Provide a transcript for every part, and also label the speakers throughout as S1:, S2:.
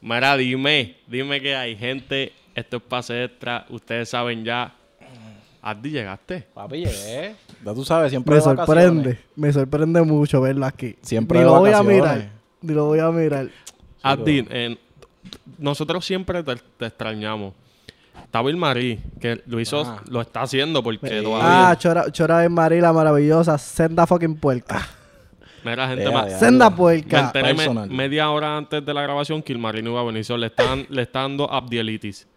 S1: Mara, dime, dime que hay gente. Esto es pase extra. Ustedes saben ya. Addi, llegaste.
S2: Papi,
S1: ¿eh?
S2: llegué. Ya tú sabes, siempre
S3: Me
S2: de vacaciones.
S3: sorprende, me sorprende mucho verlo aquí.
S2: Siempre
S3: ni
S2: de
S3: lo voy a
S2: vacaciones.
S3: mirar, ni lo voy a mirar.
S1: Addi, eh, nosotros siempre te, te extrañamos. Está Bill Marí, que lo hizo,
S2: Ah.
S1: lo está haciendo porque todavía.
S3: Ah, Chora, Chora de Marí, la maravillosa, senda fucking puerca.
S2: Ah,
S1: Mira, gente
S2: Deja,
S1: más.
S2: deja.
S3: Senda
S1: Me
S3: puerca.
S1: enteré me-
S2: personal.
S1: media hora antes de la grabación que el Marino iba a venir. so, le, están, le está dando abdielitis.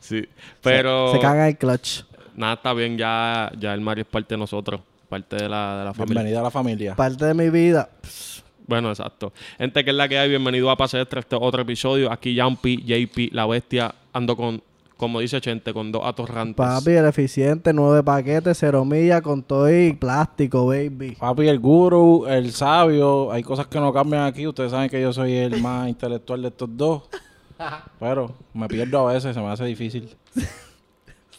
S1: sí. Pero.
S3: Se caga el clutch.
S1: Nada, está bien. Ya, ya el Mario es parte de nosotros. Parte de la, de la familia.
S2: Bienvenida a la familia.
S3: Parte de mi vida.
S2: Pues,
S1: Bueno, exacto. Gente que es la que hay. Bienvenido a Pase Extra. Este otro episodio. Aquí Yampi, JP, la bestia. Ando con, como dice Chente, con dos atorrantes.
S3: Papi, el eficiente, nueve paquetes, cero millas, con todo y plástico, baby.
S2: Papi, el guru, el sabio, hay cosas que no cambian aquí. Ustedes saben que yo soy el más intelectual de estos dos. Pero me pierdo a veces, se me hace difícil.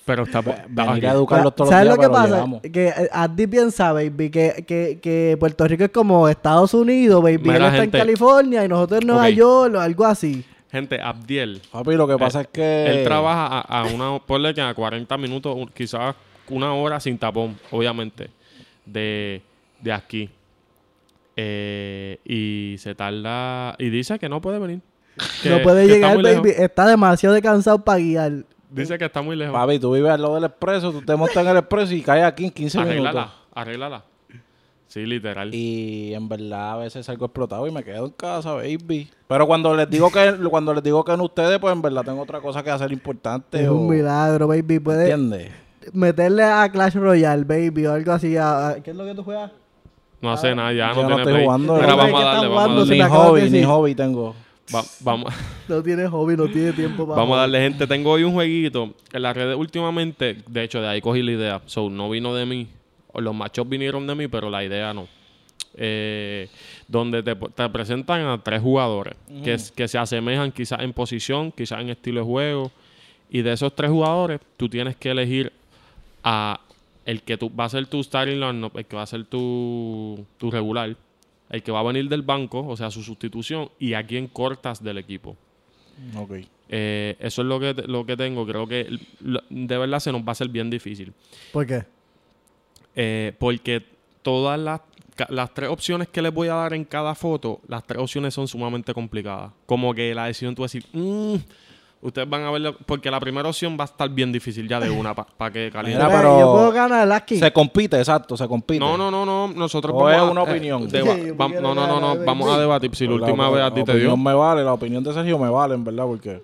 S1: Pero está.
S2: Ve-
S1: está
S2: Venir a
S1: aquí.
S2: educarlos todos los días,
S3: ¿Sabes lo que
S2: pero
S3: pasa?
S2: llegamos.
S3: Que eh, Addi piensa, baby, que, que, que Puerto Rico es como Estados Unidos, baby.
S1: Mira,
S3: Él está
S1: gente.
S3: en California y nosotros en Nueva
S1: Ok.
S3: York o algo así.
S1: Gente, Abdiel.
S2: Papi, lo que pasa es que...
S3: Eh.
S1: Él trabaja a, a una, ponle que a 40 minutos, un- quizás una hora sin tapón, obviamente, de, de aquí. Eh, y se tarda, y dice que no puede venir. Que-
S3: no puede
S1: que
S3: llegar,
S1: está muy
S3: baby.
S1: lejos.
S3: Está demasiado cansado para guiar.
S1: Dice que está muy lejos.
S2: Papi, tú vives al lado del expreso, tú te montas en el expreso y caes aquí en 15
S1: arréglala,
S2: minutos.
S1: arréglala. Sí, literal.
S2: Y en verdad a veces salgo explotado y me quedo en casa, baby. Pero cuando les digo que cuando les digo que en ustedes, pues en verdad tengo otra cosa que hacer importante.
S3: Es
S2: o-
S3: un milagro, baby. Puede
S2: ¿Entiendes?
S3: meterle a Clash Royale, baby, o algo así. a- a- ¿Qué es lo que tú juegas?
S1: no hace nada, ya no
S2: yo no
S1: tiene
S2: estoy
S1: break.
S2: jugando,
S1: Mira,
S2: no sé
S1: vamos a
S3: qué
S1: darle,
S3: están
S1: vamos a
S3: jugando,
S1: darle.
S2: Ni
S3: te acabas de
S2: hobby, ni
S3: decir.
S2: hobby tengo.
S1: Va- vamos.
S3: No tiene hobby, no tiene tiempo para...
S1: Vamos a darle gente. Tengo hoy un jueguito en las redes últimamente. De hecho, de ahí cogí la idea. So, no vino de mí. O Los machos vinieron de mí, pero la idea no. Eh, donde te, po- te presentan a tres jugadores que, s- que se asemejan quizás en posición, quizás en estilo de juego. Y de esos tres jugadores, tú tienes que elegir a el que tú, va a ser tu starting lineup, el que va a ser tu, tu regular, el que va a venir del banco, o sea, su sustitución, y a quién cortas del equipo.
S2: Ok.
S1: Eh, eso es lo que, te- lo que tengo. Creo que l- lo- de verdad se nos va a hacer bien difícil.
S3: ¿Por qué?
S1: Eh, porque todas las, ca- las tres opciones que les voy a dar en cada foto, las tres opciones son sumamente complicadas. Como que la decisión tú vas a decir, "Mm", ustedes van a verlo, porque la primera opción va a estar bien difícil ya de una para que
S2: Mira,
S1: caliente.
S3: Pues,
S2: pero-
S3: Yo puedo ganar aquí.
S2: Se compite, exacto, se compite.
S1: No, no, no, no. Nosotros eh,
S2: O es una opinión.
S1: deba-
S3: Sí, yo
S1: va-
S3: quiero
S1: no, no, no, no.
S3: ganar,
S1: Vamos a
S3: baby.
S1: debatir. Si la
S2: Pues
S1: última vez a ti te dio.
S2: opinión me vale, la opinión de Sergio me vale, en verdad, porque...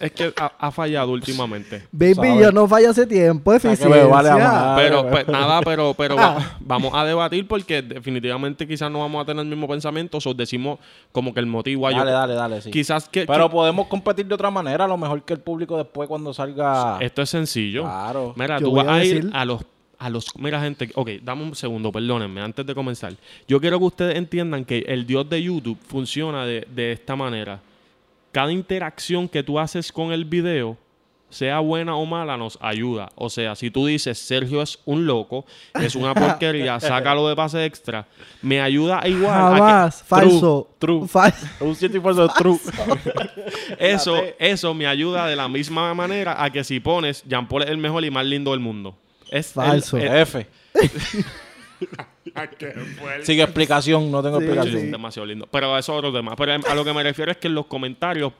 S1: Es que ha- ha fallado últimamente.
S3: Baby,
S2: ¿sabes?
S3: yo no fallo hace tiempo,
S2: sea, que
S3: eficiencia.
S2: me vale a Ah,
S1: Pero,
S2: bueno.
S1: pues, nada, pero, pero va- vamos a debatir porque definitivamente quizás no vamos a tener el mismo pensamiento. O sea, decimos como que el motivo a yo-
S2: Dale, dale, dale, sí.
S1: Quizás que,
S2: Pero
S1: que-
S2: podemos competir de otra manera, a lo mejor que el público después cuando salga...
S1: esto es sencillo.
S2: Claro.
S1: Mira,
S3: Yo
S1: tú
S3: voy
S1: vas
S3: a
S1: a ir
S3: decir-
S1: a los, a los. Mira, gente. Ok, dame un segundo, perdónenme, antes de comenzar. Yo quiero que ustedes entiendan que el Dios de YouTube funciona de, de esta manera. Cada interacción que tú haces con el video, sea buena o mala, nos ayuda. O sea, si tú dices, Sergio es un loco, es una porquería, sácalo de pase extra, me ayuda igual. a que-
S3: Jamás. Falso.
S2: true.
S3: Falso.
S2: Un 100% true.
S1: Eso, eso me ayuda de la misma manera a que si pones Jean Paul es el mejor y más lindo del mundo. Es el-
S3: Falso.
S1: el-
S2: F. Sigue explicación, no tengo
S3: Sí,
S1: Sí,
S2: explicación.
S1: es demasiado lindo. Pero eso es otro tema. Pero em, a lo que me refiero es que en los comentarios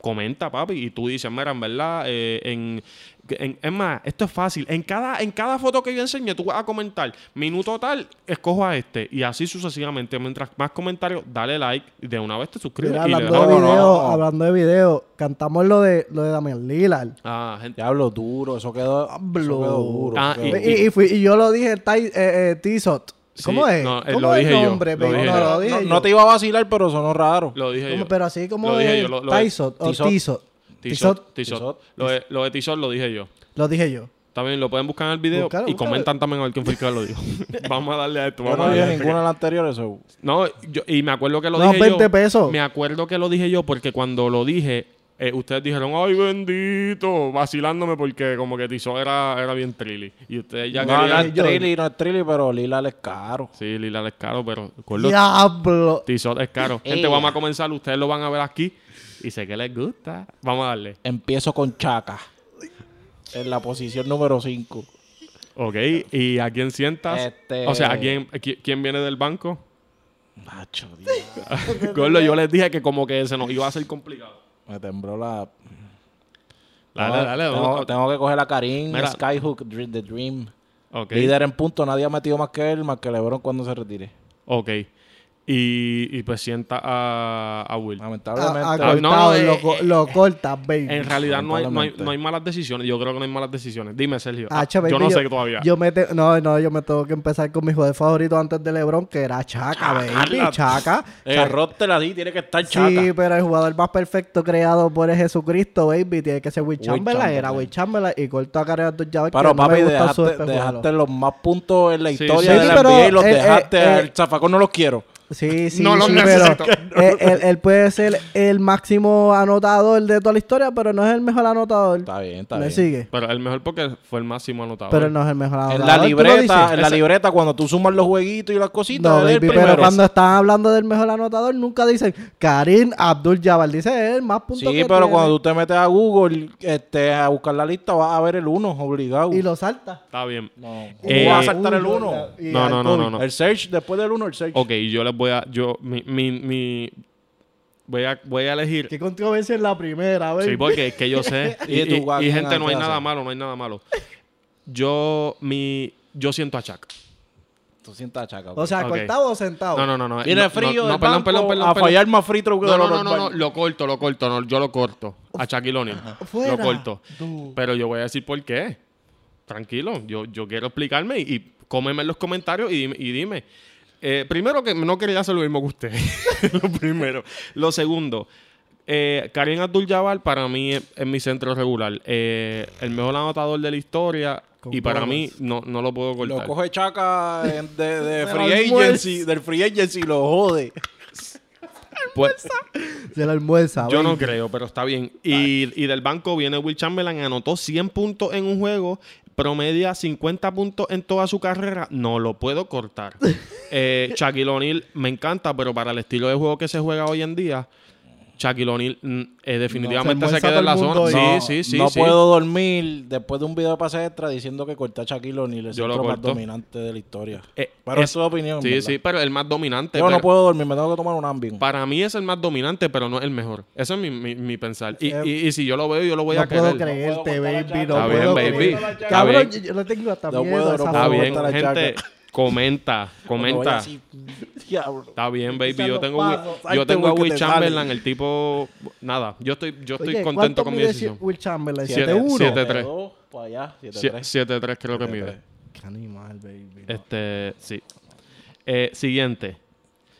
S1: comenta, papi, y tú dices, mira, en verdad, eh, en, en- es más, esto es fácil. En cada, en cada foto que yo enseñe, tú vas a comentar, minuto tal, escojo a este, y así sucesivamente. Mientras más comentarios, dale like, y de una vez te suscribes.
S3: Mira,
S1: y le
S3: hablando
S1: das-
S3: de
S2: No, no,
S3: video,
S2: no.
S3: hablando de video, cantamos lo de, lo de Damián Lillard.
S1: Ah, gente.
S2: Diablo, duro, eso quedó, eso
S3: Diablo.
S2: quedó duro.
S1: Ah,
S2: eso
S1: y-
S2: quedó duro.
S3: Y, y fui- y yo lo dije, Ty- eh, eh, T-Shot.
S1: Sí,
S3: ¿Cómo es?
S1: no, eh,
S3: ¿Cómo
S1: lo
S3: es
S1: dije
S3: el
S1: yo,
S3: nombre,
S1: lo
S3: baby?
S1: dije
S3: no,
S1: yo.
S3: lo dije
S2: no,
S3: yo.
S2: no te iba a vacilar, pero sonó raro.
S1: Lo dije
S3: ¿Cómo?
S1: yo.
S3: Pero así como
S1: Lo dije
S3: es
S1: yo, lo- lo de-
S3: Tyshot o
S2: T-Shot.
S3: T-Shot.
S1: Tizot,
S3: T-Shot,
S1: Tizot.
S2: Tizot.
S1: Lo de, lo de Tizot lo dije yo.
S3: Lo dije yo.
S1: También lo pueden buscar en el video
S3: Búscalo,
S1: y
S3: búscalo.
S1: comentan también a ver quién fue el que lo dijo. vamos a darle a esto.
S2: Yo
S1: Vamos
S2: no
S1: a darle a
S2: dije
S1: esto que-
S2: ninguna de las anteriores, eso.
S1: No, yo- y me acuerdo que lo
S3: No,
S1: dije yo.
S3: 20 pesos.
S1: Me acuerdo que lo dije yo porque cuando lo dije, eh, ustedes dijeron, ay bendito, vacilándome porque como que Tizo era, era bien trilly. Y ustedes ya
S2: no, no
S1: querían-
S2: es trilly, no es trilly, pero Lila es caro.
S1: Sí, Lila es caro, pero con los
S3: Diablo.
S1: Tizot es caro. Gente, vamos a comenzar. Ustedes lo van a ver aquí. Y sé que les gusta. Vamos a darle.
S2: Empiezo con Chaca. En la posición número 5.
S1: Ok, ¿y a quién sientas?
S2: Este-
S1: O sea, ¿a quién, a qui- quién viene del banco?
S2: Nacho, Dios.
S1: Gordo, yo les dije que como que se nos iba a hacer complicado.
S2: Me tembló la.
S1: Dale,
S2: Tengo-
S1: dale.
S2: Tengo,
S1: vamos.
S2: tengo que coger a Karim,
S1: Mira.
S2: Skyhook, Dr- The Dream.
S1: Ok,
S2: Líder en punto, nadie ha metido más que él, más que Lebron cuando se retire.
S1: ok. Y, y pues sienta a, a Will.
S2: Lamentablemente.
S3: Ha, ha
S1: Ah, no,
S3: cortado,
S1: eh,
S3: lo, co-
S1: eh,
S3: lo cortas, baby.
S1: En realidad no hay, no, hay,
S2: Lamentablemente.
S1: no hay malas decisiones. Yo creo que no hay malas decisiones. Dime, Sergio.
S3: Ah, che,
S1: yo
S3: baby,
S1: no sé todavía.
S3: Yo me te- no, no, yo me tengo que empezar con mi jugador favorito antes de LeBron, que era Chaca, baby.
S1: Chaca.
S3: Chaca.
S2: el
S3: Chaca.
S2: roster así tiene que estar Chaca.
S3: Sí, pero el jugador más perfecto creado por Jesucristo, baby, tiene que ser Will
S2: Will
S3: Chamberlain. Era
S2: Chamberlain.
S3: Will Chamberlain y cortó a Kareem Abdul-Jabbar. que
S2: Pero
S3: no me
S2: papi,
S3: gusta su este
S2: dejaste,
S3: espejuelo.
S2: dejaste los más puntos en la
S1: Sí,
S2: historia
S1: sí. eh,
S2: de la
S3: Sí, pero
S2: NBA y los
S3: el- el-
S2: dejaste.
S3: el-
S2: el zafacón no los quiero.
S3: Sí, sí,
S1: No los
S3: sí,
S1: necesito.
S3: pero eh, él, él- él puede ser el máximo anotador de toda la historia, pero no es el mejor anotador.
S2: Está bien, está
S3: ¿Me
S2: bien.
S3: sigue?
S1: Pero el mejor porque fue el máximo anotador.
S3: Pero no es el mejor anotador.
S2: En la
S3: ¿Tú lo
S2: libreta,
S3: dices?
S2: en la
S1: Ese-
S2: libreta, cuando tú sumas los jueguitos y las cositas,
S3: No,
S2: él es el
S3: baby,
S2: primero.
S3: pero cuando están hablando del mejor anotador, nunca dicen Karim Abdul-Jabbar. Dice él, más puntos
S2: Sí,
S3: que
S2: pero
S3: tiene.
S2: cuando tú te metes a Google este, a buscar la lista, vas a ver el 1, obligado.
S3: Y lo salta.
S1: Está bien.
S2: No, ¿Cómo
S1: Eh,
S2: vas a saltar el
S3: Uy,
S2: 1?
S3: y
S1: No,
S3: al
S1: no, no, no,
S3: Kobe.
S1: no.
S2: El search, después del 1, el search.
S1: Ok, yo les voy a. Yo, mi, mi, mi- voy a, voy a elegir.
S3: Qué controversia en la primera, baby.
S1: Sí, porque es que yo sé. y,
S2: Y tú,
S1: y-
S2: guau,
S1: y,
S2: ¿qué
S1: gente, no hay
S2: haces?
S1: nada malo, no hay nada malo. Yo, mi, yo siento a Chuck.
S2: Tú sientas a Chaca.
S3: O sea,
S1: Ok.
S3: cortado o sentado.
S1: No, no, no, no.
S2: Viene
S1: No,
S2: frío
S1: no,
S2: del
S1: no, perdón,
S2: banco
S1: perdón, perdón,
S2: a
S1: perdón.
S2: fallar más free throw que
S1: No,
S2: de
S1: no,
S2: lo
S1: no, no, no,
S2: normal.
S1: lo corto, lo corto, no, yo lo corto. A Shaquille O'Neal. Lo
S3: Fuera.
S1: corto.
S3: Du-
S1: Pero yo voy a decir por qué. Tranquilo, yo, yo quiero explicarme y, y cómeme en los comentarios y, dime- y dime. Eh, primero que no quería hacer lo mismo que usted. lo primero. Lo segundo, eh, Karim Abdul-Jabbar para mí es, es mi centro regular. Eh, el mejor anotador de la historia
S3: Con
S1: y para
S3: todas.
S1: mí no, no lo puedo
S2: Lo
S1: cortar.
S2: coge Chaca en- de, de
S3: Del
S2: free
S3: almuerzo.
S2: agency, del free agency y lo jode.
S1: Pues,
S3: Se lo almuerza,
S1: Yo no
S3: baby.
S1: creo, pero está bien. Y, y del banco viene Will Chamberlain, anotó 100 puntos en un juego, promedia 50 puntos en toda su carrera. No lo puedo cortar. eh, Shaquille O'Neal me encanta, pero para el estilo de juego que se juega hoy en día, Shaquille O'Neal mm, eh, definitivamente
S3: No, se
S1: se, queda en la
S3: almuerza todo el
S1: zona.
S3: mundo
S1: Sí,
S2: no,
S1: sí, sí.
S2: No
S1: sí.
S2: puedo dormir después de un video de pase extra diciendo que corté a Shaquille O'Neal, el
S1: Yo lo
S2: centro más
S1: corto.
S2: dominante de la historia.
S1: Eh,
S2: pero
S1: es-
S2: es su opinión.
S1: Sí,
S2: ¿verdad?
S1: sí, pero el más dominante.
S2: Yo
S1: pero
S2: no puedo dormir, me tengo que tomar un Ambien.
S1: Para mí es el más dominante, pero no es el mejor. Eso es mi, mi- mi pensar. Y,
S3: Eh,
S1: y- y si yo lo veo, yo lo voy a
S3: No
S1: querer.
S3: puedo
S2: puedo
S3: creerte,
S2: cortar
S3: baby.
S2: la
S3: No
S1: Está bien,
S3: puedo
S1: baby.
S3: creer-
S1: Está
S3: Cabrón,
S1: bien.
S3: yo, yo le tengo hasta
S2: No
S3: miedo
S2: puedo,
S3: a esa
S2: no
S1: Está
S2: puedo
S3: foto.
S1: bien,
S2: cortar la
S1: gente. Comenta, comenta. Está bien, baby. Yo
S3: Pisando
S1: tengo,
S3: pasos. Ay,
S1: yo
S2: este
S1: tengo a
S2: güey que
S1: Will
S2: te
S1: Chamberlain, el tipo. Nada, yo estoy, yo estoy
S3: Oye,
S1: contento
S3: ¿cuánto
S1: con mi
S3: mide
S1: decisión.
S3: Will Chamberlain?
S1: Siete-
S3: 7-1.
S1: Eh, siete-
S2: 7-3. 2 para allá, 7-3.
S1: 7-3 creo que mide.
S2: 7-3.
S3: Qué animal, baby.
S1: Este, sí. Eh, siguiente.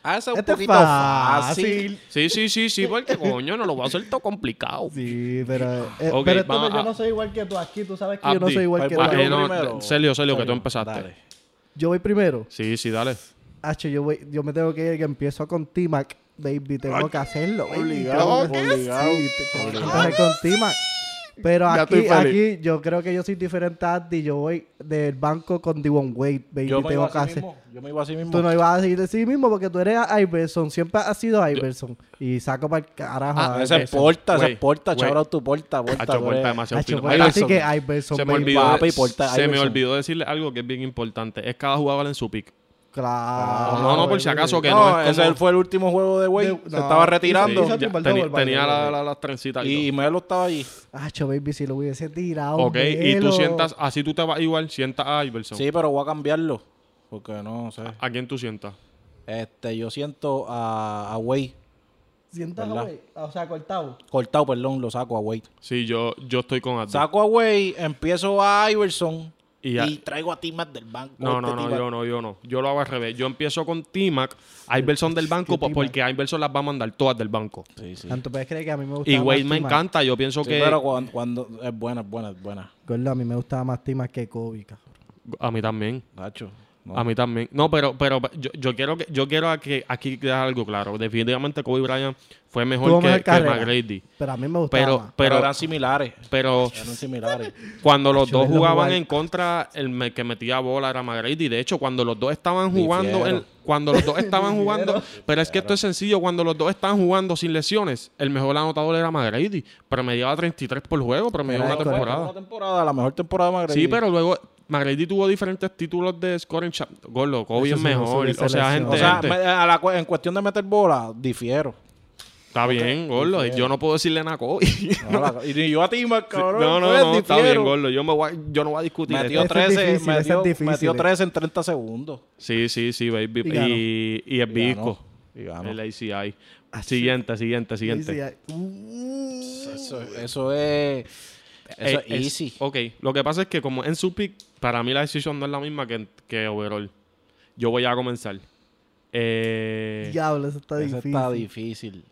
S2: Ah, ese es un
S3: Este es
S2: poquito fácil.
S3: fácil.
S1: Sí, sí, sí, sí, porque coño, no lo voy a hacer todo complicado.
S3: Sí, pero. eh,
S1: Ok,
S3: pero esto
S1: vamos
S3: no- yo
S1: a-
S3: no soy igual que tú aquí. Tú sabes que yo no
S1: Abdi,
S3: soy igual
S2: voy
S3: que tú.
S2: por
S1: Ah,
S2: yo
S1: eh, no,
S2: primero.
S1: Celio, Celio, que tú
S2: Celio,
S1: empezaste.
S2: dale.
S3: Yo voy primero.
S1: Sí, sí, dale.
S3: Hacho, yo, voy, yo me tengo que ir, que empiezo con T-Mac. Baby, tengo que hacerlo. baby,
S2: Obligado,
S3: tengo que-
S2: obligado.
S3: Sí, tengo que empezar con T-Mac. Pero
S1: Ya
S3: aquí,
S1: estoy feliz.
S3: aquí yo creo que yo soy diferente a Andy. Yo voy del banco con Devon Wade, baby.
S2: Yo me iba
S3: tengo que
S2: así
S3: hacer.
S2: mismo. Yo me iba así mismo.
S3: Tú no ibas a decir de sí mismo porque tú eres Iverson. Siempre has sido Iverson. Y saco para el carajo.
S1: Ah,
S3: a
S2: Ese es
S1: Eso.
S2: porta, ese
S1: Güey,
S2: es porta,
S1: güey.
S2: chaval, tu porta, porta.
S1: Hacho,
S2: tú
S1: porta
S2: eres-
S1: demasiado
S3: Hacho,
S1: fino.
S3: pues,
S1: Mira,
S3: así
S2: Iverson.
S3: que Iverson,
S1: se me
S3: baby.
S1: olvidó.
S2: Papi, porta
S1: se me
S2: Iverson.
S1: olvidó decirle algo que es bien importante. Es cada jugador en su pick.
S3: Claro.
S1: no, no, por si
S3: baby.
S1: acaso que no,
S2: No,
S1: es como-
S2: ese fue el último juego de Wade.
S3: De-
S2: Se
S3: no.
S2: estaba
S1: Sí,
S2: retirando.
S3: Hizo- hizo
S1: ya
S3: triple
S1: teni-
S3: double, by
S1: tenía
S3: the way.
S1: la- la- las trencitas. y
S2: Y
S1: todo.
S2: Melo estaba allí.
S3: Hacho, baby, si lo hubiese tirado.
S1: Ok, y tú
S3: Melo.
S1: sientas, así tú te vas igual, sientas a Iverson.
S2: Sí, pero voy a cambiarlo. Porque no sé.
S1: ¿A quién tú sientas?
S2: Este, yo siento a, a Wade.
S3: Sientas,
S2: ¿Verdad?
S3: güey. O sea, cortado.
S2: Cortado, perdón, lo saco a Wade.
S1: Sí, yo, yo estoy con Adri.
S2: Saco a Wade, empiezo a Iverson
S1: Y
S2: y,
S1: a-
S2: traigo a Timas del banco.
S1: No,
S2: Este
S1: no, no,
S2: Timas-
S1: yo no, yo no. Yo lo hago al revés. Yo empiezo con T-Mac, Iverson del banco, po- porque Iverson las va a mandar todas del banco.
S2: Sí, sí.
S3: Tanto puedes creer que a mí me gusta.
S1: Y Wade me encanta, yo pienso
S2: Sí,
S1: que...
S2: pero cuando, cuando- es buena, es buena, es buena.
S3: a mí me gustaba más Timas que Kobe, cabrón.
S1: A mí también.
S2: Nacho. no.
S1: A mí también. No, pero, pero yo, yo quiero que yo quiero a que aquí quede algo claro. Definitivamente Kobe Bryant fue
S3: Tuvo
S1: mejor que,
S3: mejor
S1: que
S3: carrera.
S1: McGrady.
S3: Pero a mí me gustaba
S1: Pero,
S3: más.
S2: Pero
S1: pero,
S2: eran similares.
S1: pero
S2: Eran similares.
S1: cuando los
S3: Macho,
S1: dos
S3: verlo
S1: jugaban
S3: jugar.
S1: en contra, el me- que metía bola era McGrady. De hecho, cuando los dos estaban jugando,
S2: Difiero.
S1: el- cuando los dos estaban jugando, pero es que esto es sencillo, cuando los dos estaban jugando sin lesiones, el mejor anotador era McGrady. Promediaba 33 por juego, promediaba
S2: Era
S1: una
S2: correcto,
S1: temporada.
S2: Una temporada, la mejor temporada de McGrady.
S1: Sí, pero luego McGrady tuvo diferentes títulos de scoring cha- Gordo, Kobe
S3: Eso
S1: es
S3: sí, no
S1: mejor.
S3: se
S1: o sea,
S3: seleccionó.
S1: gente,
S2: O sea,
S1: gente,
S2: me- a la cu- en cuestión de meter bola, difiero.
S1: está bien, Gordo. Yo no puedo decirle nada a Kobe.
S2: No, la- y ni yo a ti, más cabrón.
S1: no, no,
S2: pues,
S1: no, está
S2: difiero.
S1: bien, Gordo. Yo, me voy a- yo no voy a discutir
S2: Metió
S1: esto.
S3: Ese es
S2: 13,
S3: difícil, ese es
S2: metió,
S3: difícil.
S2: metió
S1: eh.
S2: 13 en 30 segundos.
S1: Sí, sí, sí, baby.
S3: Y ganó.
S1: Y, y es
S2: Y ganó,
S1: Visco.
S2: y ganó.
S1: El ACI.
S3: Ah,
S1: Siguiente, siguiente, siguiente.
S3: Sí, sí, uh,
S2: Eso, eso es. Eso
S1: Eh,
S2: es,
S1: es-
S2: easy.
S1: Ok, lo que pasa es que como en su pick, para mí la decisión no es la misma que, que overall. Yo voy a comenzar. Eh,
S3: Diablo, eso está
S2: Eso
S3: difícil.
S2: está difícil.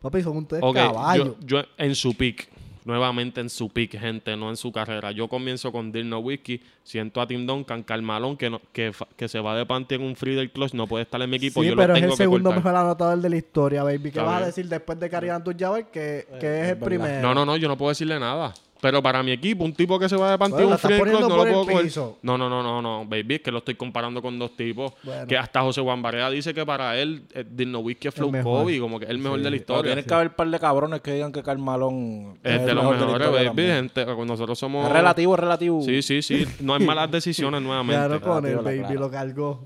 S3: Papi, son ustedes
S1: ok,
S3: caballos.
S1: yo, yo en su pick. Nuevamente en su pick, gente, no en su carrera. Yo comienzo con Dirk Nowitzki, siento a Tim Duncan, Carmalón, que, no- que, fa- que se va de panty en un free del clutch, no puede estar en mi equipo,
S3: sí,
S1: yo
S3: pero
S1: lo
S3: es
S1: tengo
S3: el
S1: que
S3: segundo
S1: cortar.
S3: mejor anotador de la historia, baby. ¿Qué
S1: Está
S3: vas a
S1: bien.
S3: decir después de Karim Abdul-Jabbar que, que Eh, es,
S2: es
S3: el
S2: verdad.
S3: primero?
S1: No, no, no, yo no puedo decirle nada. Pero para mi equipo, un tipo que se va de panty
S3: Bueno,
S1: en
S3: lo
S1: un
S3: estás
S1: free del clutch,
S3: poniendo
S1: no
S3: por
S1: lo
S3: el
S1: puedo coger.
S3: piso.
S1: No, no, no, no, no, baby, es que lo estoy comparando con dos tipos.
S3: Bueno.
S1: Que hasta José Juan Barea dice que para él, eh, Dirk Nowitzki es Flow
S3: mejor.
S1: Kobe, como que es el mejor de la
S2: Pero
S1: historia.
S2: tienen que haber un par de cabrones que digan que Carmalón
S1: Es de
S2: el
S1: los
S2: mejor la
S1: mejores,
S2: historia
S1: baby,
S2: también.
S1: gente, eh, nosotros somos...
S2: Es relativo, es relativo.
S1: Sí, sí, sí, no hay malas decisiones nuevamente.
S3: Claro, con el
S2: Relativo a la
S3: baby
S2: clara.
S3: lo cargó.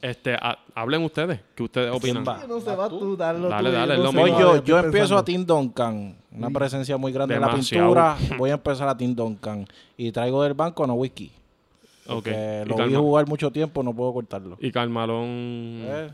S1: Este, ha- hablen ustedes, ¿qué ustedes
S3: Pues
S1: opinan?
S2: va?
S3: No se va Ah, tú, dale lo
S1: Dale,
S3: tuyo,
S1: dale,
S3: no
S1: lo
S3: sé,
S1: mismo.
S2: Voy
S3: vale,
S2: yo,
S3: estoy
S2: yo empiezo
S3: pensando.
S2: a Tim Duncan, una presencia muy grande
S1: Mm. Demasiado.
S2: en la pintura. Voy a empezar a Tim Duncan y traigo del banco a Nowitzki.
S1: Ok.
S2: porque
S1: Y
S2: Lo vi
S1: Karl-
S2: jugar mucho tiempo, no puedo cortarlo.
S1: Y Carmalón,
S2: Eh,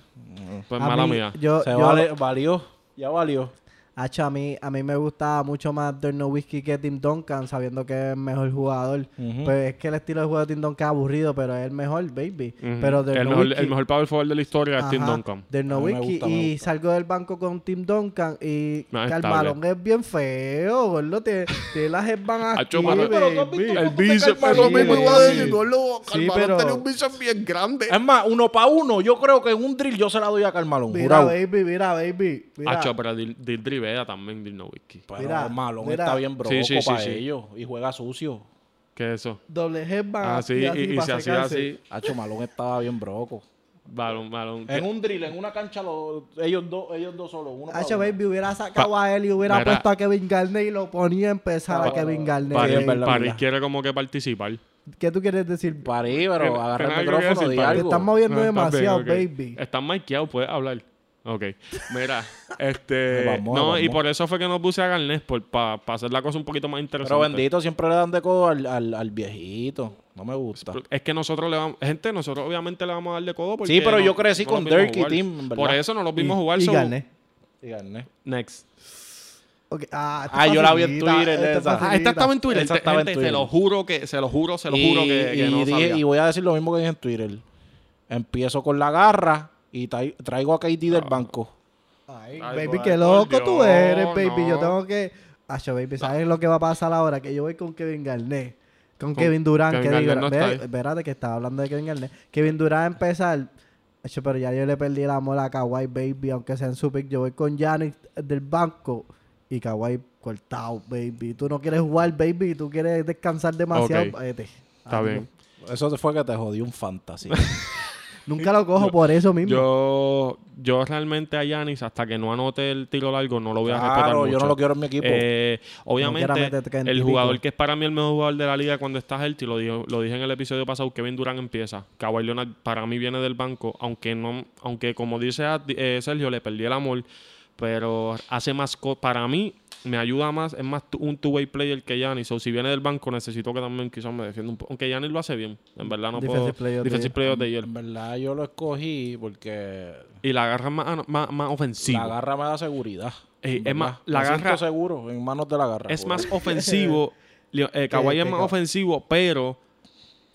S1: pues
S3: A
S1: mala
S3: mí-
S1: mía.
S3: Yo,
S2: se
S3: yo-
S2: vale- valió, ya valió.
S3: Hacho, a mí, a mí me gustaba mucho más Dirk Nowitzki que Tim Duncan, sabiendo que es el mejor jugador.
S2: Ujú.
S3: Pues es que el estilo de juego de Tim Duncan es aburrido, pero es el mejor, baby.
S1: Ujú.
S3: Pero Dirk
S1: el, mejor,
S3: Nowitzki-
S1: el mejor power forward de la historia es Tim
S3: Ajá,
S1: Duncan.
S3: Dirk
S2: A mí me
S3: Nowitzki
S2: gusta, me
S3: y
S2: gusta.
S3: salgo del banco con Tim Duncan y
S1: No,
S3: Karl
S1: estable.
S3: Malone es bien feo, gordo. Tiene, tiene las headbands aquí,
S1: Hacho, pero-
S3: baby.
S1: El bíceps
S3: Carl
S1: es lo
S3: Malone
S1: mismo,
S3: es
S1: iba a
S3: así.
S1: decir, no, loco, Carl
S3: Sí,
S1: Malone
S3: pero-
S1: tenía un bíceps bien grande.
S2: Es más, uno pa' uno. Yo creo que en un drill yo se la doy a Carmalón.
S3: Mira,
S2: Jurado.
S3: baby, mira, baby. Mira.
S1: Hacho, pero Dil, Dil Rivera también, Dil Nowitzki.
S2: Pero
S3: Mira,
S2: Carmalón
S3: mira.
S2: está bien broco
S1: Sí, sí, sí,
S2: para
S1: sí.
S2: ellos y juega sucio.
S1: ¿Qué es eso?
S3: Doble headband.
S1: Ah, sí,
S3: aquí,
S1: y,
S3: así,
S1: y
S3: para
S1: se hacía
S3: secarse.
S1: así.
S2: Hacho Malón estaba bien broco.
S1: Balón, balón.
S2: En un drill, en una cancha, lo- ellos dos, ellos dos solos. Uno pa'
S3: Hacho,
S2: uno.
S3: baby, hubiera sacado a él y hubiera
S1: Mira.
S3: puesto a Kevin Garnett y lo ponía a empezar a
S2: Ah,
S3: Kevin Garnett.
S2: vale,
S3: baby.
S1: París,
S2: es verdad,
S1: París
S2: verdad.
S1: quiere como que participar.
S3: ¿Qué tú quieres decir?
S2: Parí, pero
S1: Tiene- tiene
S2: agarra el
S1: algo que
S2: micrófono
S1: decir, Parí.
S2: y
S3: Te
S2: algo.
S3: estás moviendo
S1: No, estás Ah, bien,
S3: demasiado,
S1: ok.
S3: baby.
S1: Estás maquillado, puedes hablar. Ok. Mira, este.
S2: Vamos,
S1: no, y
S2: vamos.
S1: por eso fue que no puse a Garnés, para hacer la cosa un poquito más interesante.
S2: Pero bendito, siempre le dan de codo al, al, al viejito. No me gusta.
S1: Es que nosotros le vamos. Gente, nosotros obviamente le vamos a dar de codo. Porque
S2: Sí, pero
S1: no-
S2: yo crecí
S1: no los
S2: con
S1: vimos
S2: Dirk y
S1: jugar.
S2: Tim, en
S1: Por
S2: verdad.
S1: eso no los vimos jugar.
S3: y
S1: so-
S3: Garnett.
S2: Díganme.
S1: Next.
S3: Ok, Ah,
S2: Ah, yo la vi en Twitter,
S3: esta
S2: esa.
S1: Ah, esta estaba en Twitter.
S2: Esa estaba en
S1: Gente,
S2: Twitter.
S1: Se lo juro que, se lo juro, se lo
S2: Y-
S1: juro que, que
S2: y
S1: no
S2: dije-
S1: sabía.
S2: y voy a decir lo mismo que dije en Twitter. Empiezo con la garra y tra- traigo a KD
S1: Ah.
S2: del banco.
S3: Ay,
S1: Ay,
S3: baby,
S1: por-
S3: qué loco
S1: por
S3: tú eres,
S1: Dios,
S3: baby. Yo
S1: no.
S3: tengo que... Hacho, baby, ¿sabes lo que va a pasar ahora? Que yo voy con Kevin Garnett. Con, Kevin Durant.
S1: Kevin
S3: que digo,
S1: Garnett no
S3: ve-
S1: está ahí.
S3: espérate, que estaba hablando de Kevin Garnett. Kevin Durant va a empezar... Hacho, pero ya yo le perdí el amor a Kawhi, baby. Aunque sea en su pick, yo voy con Giannis del banco. Y Kawhi cortado, baby. Tú no quieres jugar, baby. Tú quieres descansar demasiado.
S1: Ok.
S3: Vete.
S1: Está
S3: Adiós.
S1: bien.
S2: Eso fue que te jodió un fantasy.
S3: Nunca lo cojo por eso mismo.
S1: Yo, yo realmente a Yanis, hasta que no anote el tiro largo, no lo voy a respetar.
S2: claro, yo no
S1: mucho.
S2: lo quiero en mi equipo.
S1: Eh,
S3: No quiera
S1: obviamente,
S3: meterte en
S1: el
S3: típico.
S1: jugador que es para mí el mejor jugador de la liga cuando está healthy, lo, dijo- lo dije en el episodio pasado, Kevin Durant empieza. Kawhi Leonard para mí viene del banco, aunque no aunque como dice a- eh, Sergio, le perdí el amor, pero hace más co- para mí me ayuda más, es más tu- un two-way player que Giannis. O si viene del banco, necesito que también quizás me defienda un poco. Aunque Giannis lo hace bien, en verdad no
S3: Defensive
S1: puedo.
S3: player of the
S1: defensive
S3: year.
S1: player of the year.
S2: en verdad, yo lo escogí porque
S1: Y la garra es más, ano- más, más
S2: la
S1: ofensiva.
S2: garra me da seguridad.
S1: Eh, es
S2: ¿verdad?
S1: más, la
S2: Me siento
S1: garra-
S2: seguro en manos de la garra.
S1: Es
S2: joder.
S1: más ofensivo. Leo- eh, Kawhi es
S3: que
S1: más
S3: Ka-
S1: ofensivo, pero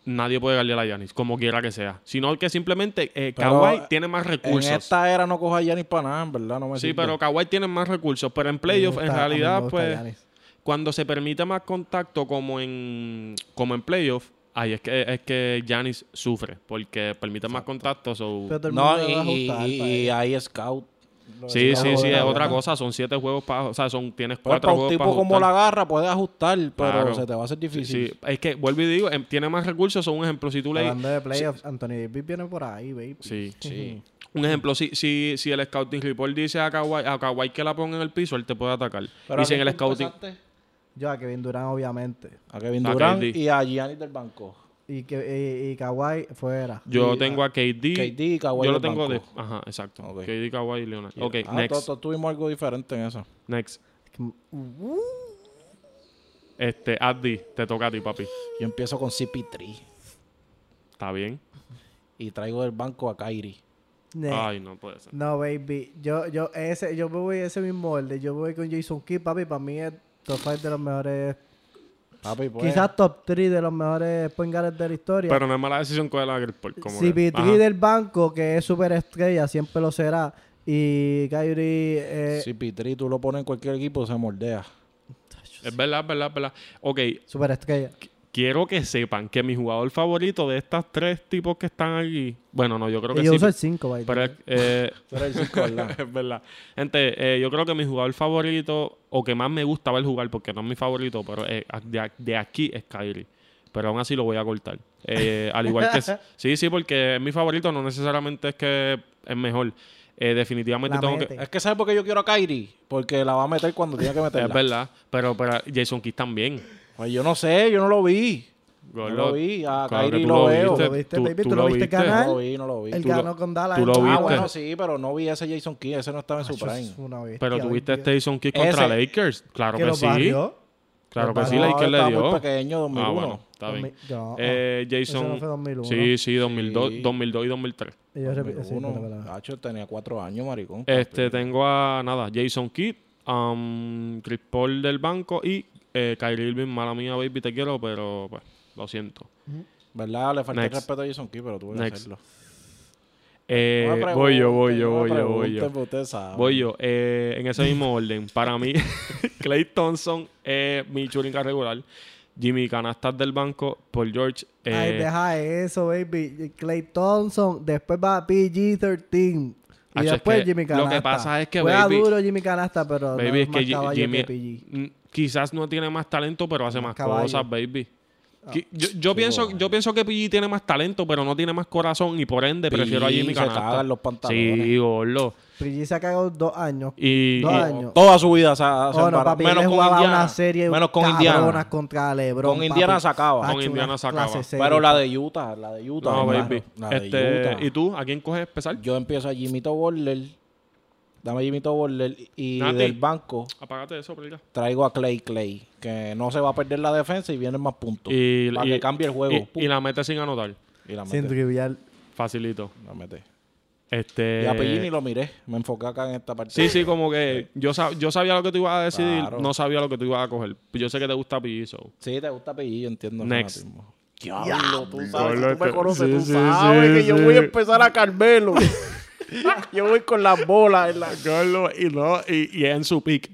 S1: nadie puede darle a Yanis, como quiera que sea. Sino que simplemente eh,
S2: Pero,
S1: Kawhi
S2: eh,
S1: tiene más
S2: En
S1: recursos.
S2: esta era no cojo a Giannis para nada, en verdad, no me
S1: Sí,
S2: sirve.
S1: pero Kawhi tiene más recursos. Pero en
S3: Me
S1: playoff,
S3: gusta-
S1: en
S3: a mí me
S1: realidad,
S3: gusta
S1: pues,
S3: Giannis.
S1: cuando se permite más contacto como en, como en playoff, ahí es que es que Giannis sufre, porque permite más contactos. o
S3: Pero todo el mundo
S2: No, y,
S3: le va a
S2: y-
S3: ajustar
S2: y-
S3: para
S2: y
S3: eso.
S2: hay scout. Pues, Lo
S1: Sí,
S2: decíamos
S1: sí,
S2: de
S1: sí,
S2: la
S1: es
S2: verdad.
S1: otra cosa. Son siete juegos para. O sea, son, tienes
S2: Pero
S1: cuatro
S2: para un
S1: juegos
S2: tipo
S1: para.
S2: como la
S1: ajustar.
S2: garra puedes ajustar, pero
S1: Claro.
S2: se te va a hacer
S1: Sí,
S2: difícil.
S1: sí. Es que, vuelvo y digo, em, tiene más recursos. Son un ejemplo. Si tú le.
S3: Hablando de playoffs, Anthony Davis viene por ahí, baby.
S1: Sí.
S2: Sí.
S1: Un ejemplo, si, si, si el scouting report dice a Kawhi, a Kawhi que la ponga en el piso, él te puede atacar.
S2: Pero
S1: y si en el
S2: ¿a quién tú
S1: scouting.
S2: empezaste?
S3: Yo a Kevin Durant, obviamente.
S2: A Kevin
S1: A
S2: Durant
S1: KD.
S2: y a Giannis del banco.
S3: Y, que, y, y Kawhi fuera.
S1: Yo
S2: Sí,
S1: tengo a KD.
S2: KD y Kawhi
S1: Yo lo
S2: del
S1: tengo
S2: banco.
S1: de. Ajá, exacto.
S2: Ok.
S1: KD, Kawhi y Leonard. Ok,
S2: Ah,
S1: next.
S2: todos- todos tuvimos algo diferente en eso.
S1: Next.
S3: Uh,
S1: Este, Addi, te toca a ti, papi.
S2: Yo empiezo con CP3
S1: ¿Está bien?
S2: y traigo del banco a Kyrie.
S3: ne-
S1: Ay, no puede ser.
S3: No, baby. Yo, yo, ese, yo me voy a ese mismo molde. Yo me voy con Jason Kidd, papi. Para mí es top five de los mejores.
S2: Papi, pues,
S3: Quizás top 3 de los mejores point guards de la historia.
S1: Pero no es mala decisión con el Agripol. Como que-
S3: CP3
S1: ajá.
S3: del banco, que es superestrella, siempre lo será. Y Kyrie, eh,
S2: CP3 tú lo pones en cualquier equipo, se moldea.
S1: Es verdad, es verdad, es verdad. Ok,
S3: superestrella.
S1: quiero que sepan que mi jugador favorito de estas tres tipos que están aquí. Bueno, no, yo creo que
S3: Y yo
S1: sí.
S3: uso el 5, baby.
S1: Pero es, eh,
S2: Tú eres el cinco, ¿verdad?
S1: es verdad. Gente, eh, yo creo que mi jugador favorito, o que más me gusta ver jugar, porque no es mi favorito, pero eh, a- de, a- de aquí es Kyrie. Pero aún así lo voy a cortar. Eh, al igual que... Sí, sí, porque es mi favorito, no necesariamente es que es mejor. Eh, definitivamente
S3: La
S1: tengo
S3: mete.
S1: que...
S2: es que ¿sabes por qué yo quiero a Kyrie? Porque la va a meter cuando tenga que
S1: Es
S2: meterla.
S1: verdad, pero, pero Jason Kidd también.
S2: Pues yo no sé, yo no lo vi.
S1: Gordo,
S2: lo vi, a
S1: claro que
S2: Kyrie
S1: tú
S2: lo veo.
S1: viste,
S3: Lo viste, baby, tú lo viste ganar.
S2: No lo vi, no lo vi.
S3: Él
S1: tú lo-
S3: ganó con Dallas.
S1: tú lo
S3: Ah,
S1: viste.
S2: Ah,
S3: bueno,
S2: bueno, sí, pero no vi ese Jason Key, ese no estaba en su
S3: Eso es
S2: prime.
S3: una bestia,
S1: Pero tuviste
S3: baby.
S1: este Jason Kidd contra
S2: Ese-
S1: Lakers. Claro
S3: que
S1: que,
S3: lo
S1: sí.
S3: barrió.
S1: Claro
S3: Lo
S1: que pues sí,
S3: barrió.
S1: Lakers le
S2: estaba
S1: dio.
S2: muy pequeño, 2001.
S1: Ah, bueno, está bien.
S3: Dos mil- no,
S1: Eh,
S3: eso
S1: Jason.
S3: no fue 2001.
S1: sí, sí, 2002,
S2: Sí.
S1: 2002 y 2003.
S3: Y yo repito, sí,
S2: 2001.
S3: pero, pero, pero.
S2: Hacho, tenía cuatro años, maricón.
S1: Este, tengo a nada, Jason Kidd, um, Chris Paul del banco y eh, Kyrie Irving, mala mía, baby, te quiero, pero pues, lo siento.
S2: ¿Verdad? Le falta el
S1: Next.
S2: respeto a Jason Key, pero tuve que
S1: Next.
S2: hacerlo.
S1: Eh,
S2: No me pregunten,
S1: voy yo, voy yo,
S2: no
S1: voy
S2: me
S1: yo, voy
S2: pregunten,
S1: yo.
S2: pues ustedes saben.
S1: Voy yo. Eh, en ese mismo orden, para mí, Clay Thompson es mi churinga regular. Jimmy Canastas del banco, Paul George. eh,
S3: Ay, deja eso, baby. Clay Thompson, después va PG-13. Y
S1: Hacho, es
S3: después
S1: que
S3: Jimmy
S1: lo que
S3: Canasta.
S1: pasa es que,
S3: Juega
S1: baby-
S3: duro Jimmy Canasta, pero no
S1: Baby, es
S3: es más
S1: que Ji-
S3: caballo
S1: Jimmy
S3: que PG.
S1: mm, quizás no tiene más talento, pero hace
S3: Más
S1: más,
S3: caballo. Ah, eh.
S1: cosas, baby. Qui- Yo, yo pienso, yo pienso que PG tiene más talento, pero no tiene más corazón y por ende
S2: PG
S1: prefiero a Jimmy
S2: se
S1: Canasta.
S2: caga en los pantalones.
S1: Sí, gordo.
S3: PG se ha cagado dos años.
S1: Y,
S3: Dos
S1: y-
S3: años.
S2: Toda su vida se ha se
S3: Oh, no,
S2: embarró.
S3: papi, él jugaba una serie
S2: Menos con
S3: cabronas
S2: Indiana.
S3: contra LeBron,
S2: Con Indiana
S3: papi. Ah,
S2: sacaba.
S1: Con
S3: Hacho,
S1: Indiana
S3: una
S1: sacaba.
S3: clase seria.
S2: Pero la de Utah, la de Utah.
S1: no,
S2: hermano,
S1: baby.
S2: La de
S1: Este,
S2: Utah.
S1: ¿Y tú? ¿A quién coges pesar?
S2: Yo empiezo a Jimito Borler. Dame a Jimito Borler. Y
S1: Nati.
S2: del banco
S1: Apágate eso, Plica.
S2: traigo a Clay Clay. Que no se va a perder la defensa y vienen más puntos.
S1: Y,
S2: para
S1: y-
S2: que cambie el juego.
S1: y-
S2: Pum,
S1: y la mete sin anotar.
S2: y la
S3: Sin
S2: mete.
S3: trivial.
S1: Facilito.
S2: La mete.
S1: Este,
S2: Y a Pellini lo miré. Me enfoqué acá en esta parte.
S1: Sí, sí, como que yo, sab- yo sabía lo que tú ibas a decidir,
S2: Claro.
S1: no sabía lo que tú ibas a coger. Yo sé que te gusta PG, so.
S2: Sí, te gusta Pellini, yo entiendo. el
S1: Next.
S2: fanatismo. Diablo, tú sabes,
S1: Diablo,
S2: tú me
S1: este-
S2: conoces,
S1: sí,
S2: tú
S1: sí,
S2: sabes
S1: sí,
S2: que yo
S1: sí.
S2: voy a empezar a Carmelo. yo voy con las bolas en la...
S1: Carlos, y no, y, y es en su pick.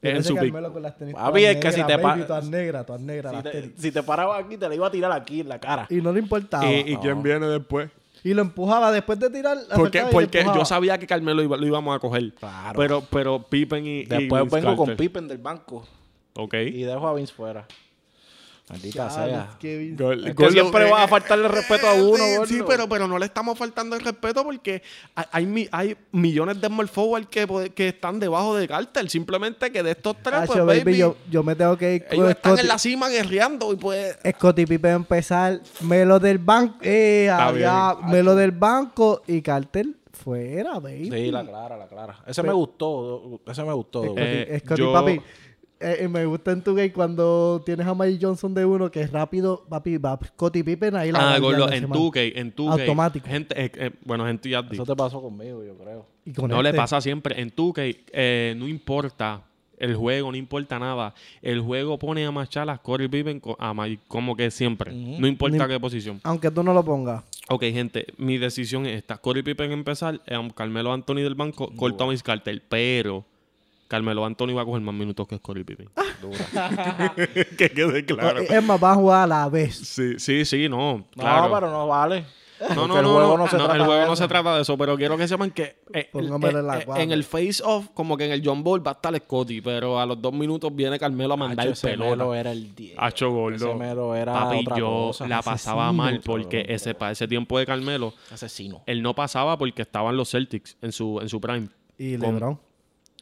S1: Es en
S3: Ese
S1: su pick.
S3: Carmelo con las tenis
S2: Papi,
S3: todas
S2: es que si
S3: negras,
S2: te
S3: baby,
S2: pa-
S3: todas negras, todas negras
S2: Si
S3: las
S2: te,
S3: tenis.
S2: si te paraba aquí, te la iba a tirar aquí en la cara.
S3: Y no le importaba.
S1: ¿Y, y quién viene después?
S3: Y lo empujaba después de tirar. la
S1: Porque,
S3: sacaba y lo
S1: porque yo
S3: empujaba.
S1: sabía que Carmelo iba- lo íbamos a coger.
S2: Claro.
S1: Pero, pero Pippen y. y
S2: Después
S1: Vince
S2: vengo con
S1: Carter.
S2: Pippen del banco
S1: Ok.
S2: y dejo a Vince fuera. Maldita
S3: Ah, es
S2: sea.
S3: que vi-
S1: Gol-
S2: Es que
S1: Gordo,
S2: Este siempre
S1: eh,
S2: va a faltarle respeto a uno,
S1: Sí,
S2: gordo.
S1: sí, pero, pero no le estamos faltando el respeto porque hay, hay, mi- hay millones de small forward que, pod- que están debajo de Carter. Simplemente que de estos tres, pues,
S3: Hacho,
S1: baby,
S3: baby, yo, yo me tengo que ir
S1: ellos
S3: con
S1: están
S3: Scotty.
S1: en la cima guerreando y pues.
S3: Scotty Pippen empezar. Melo del banco. Eh,
S1: Está
S3: había
S1: bien.
S3: Melo del banco y Carter fuera, baby.
S2: Sí, la clara, la clara. Ese me gustó, ese me gustó.
S3: Scotty,
S2: güey.
S1: Eh,
S3: Scotty,
S1: yo-
S3: papi. eh, eh, me gusta en tu game cuando tienes a Mike Johnson de uno que es rápido, papi, va Scotty Pippen ahí la
S1: Ah,
S3: barriga
S1: gordo,
S3: de
S1: en
S3: semana.
S1: 2K, en 2K.
S3: Automático.
S1: Gente, eh, eh, bueno, gente ya
S2: Eso te pasó conmigo, yo creo.
S3: Y con
S1: No le
S3: este,
S1: pasa siempre. En tu que eh, no importa el juego, no importa nada. El juego pone a marchar a Corey Pippen co- a Mike, como que siempre. No importa
S3: Ni-
S1: qué posición.
S3: Aunque tú no lo pongas.
S1: Ok, gente, mi decisión es esta. Corey Pippen empezar, eh, Carmelo Anthony del banco, corto a mis cartel, pero... Carmelo Anthony va a coger más minutos que Corey Pippen. que quede
S3: eh, No, Es más, va a jugar a la vez.
S1: Sí, sí, sí, no.
S2: No,
S1: claro.
S2: pero no vale.
S1: No, no,
S2: Porque el
S1: no,
S2: juego
S1: no, Ah,
S2: no se
S1: no,
S2: trata
S1: el juego
S2: de
S1: no
S2: eso.
S1: se trata de eso, pero quiero que sepan que eh,
S3: Póngamelo
S1: eh,
S3: en la
S1: eh,
S3: cuadra.
S1: en el face-off, como que en el John Ball va a estar Scotty, pero a los dos minutos viene Carmelo a mandar
S2: Hacho,
S1: el
S2: ese
S1: pelota.
S2: melo era el 10.
S1: Hacho gordo.
S2: Ese mero era
S1: Papi,
S2: otra
S1: yo
S2: cosa.
S1: la pasaba
S2: Asesino,
S1: mal porque
S2: cabrón.
S1: ese, para ese tiempo de Carmelo,
S2: Asesino.
S1: él no pasaba porque estaban los Celtics en su, en su prime.
S3: Y
S1: Con-
S3: LeBron.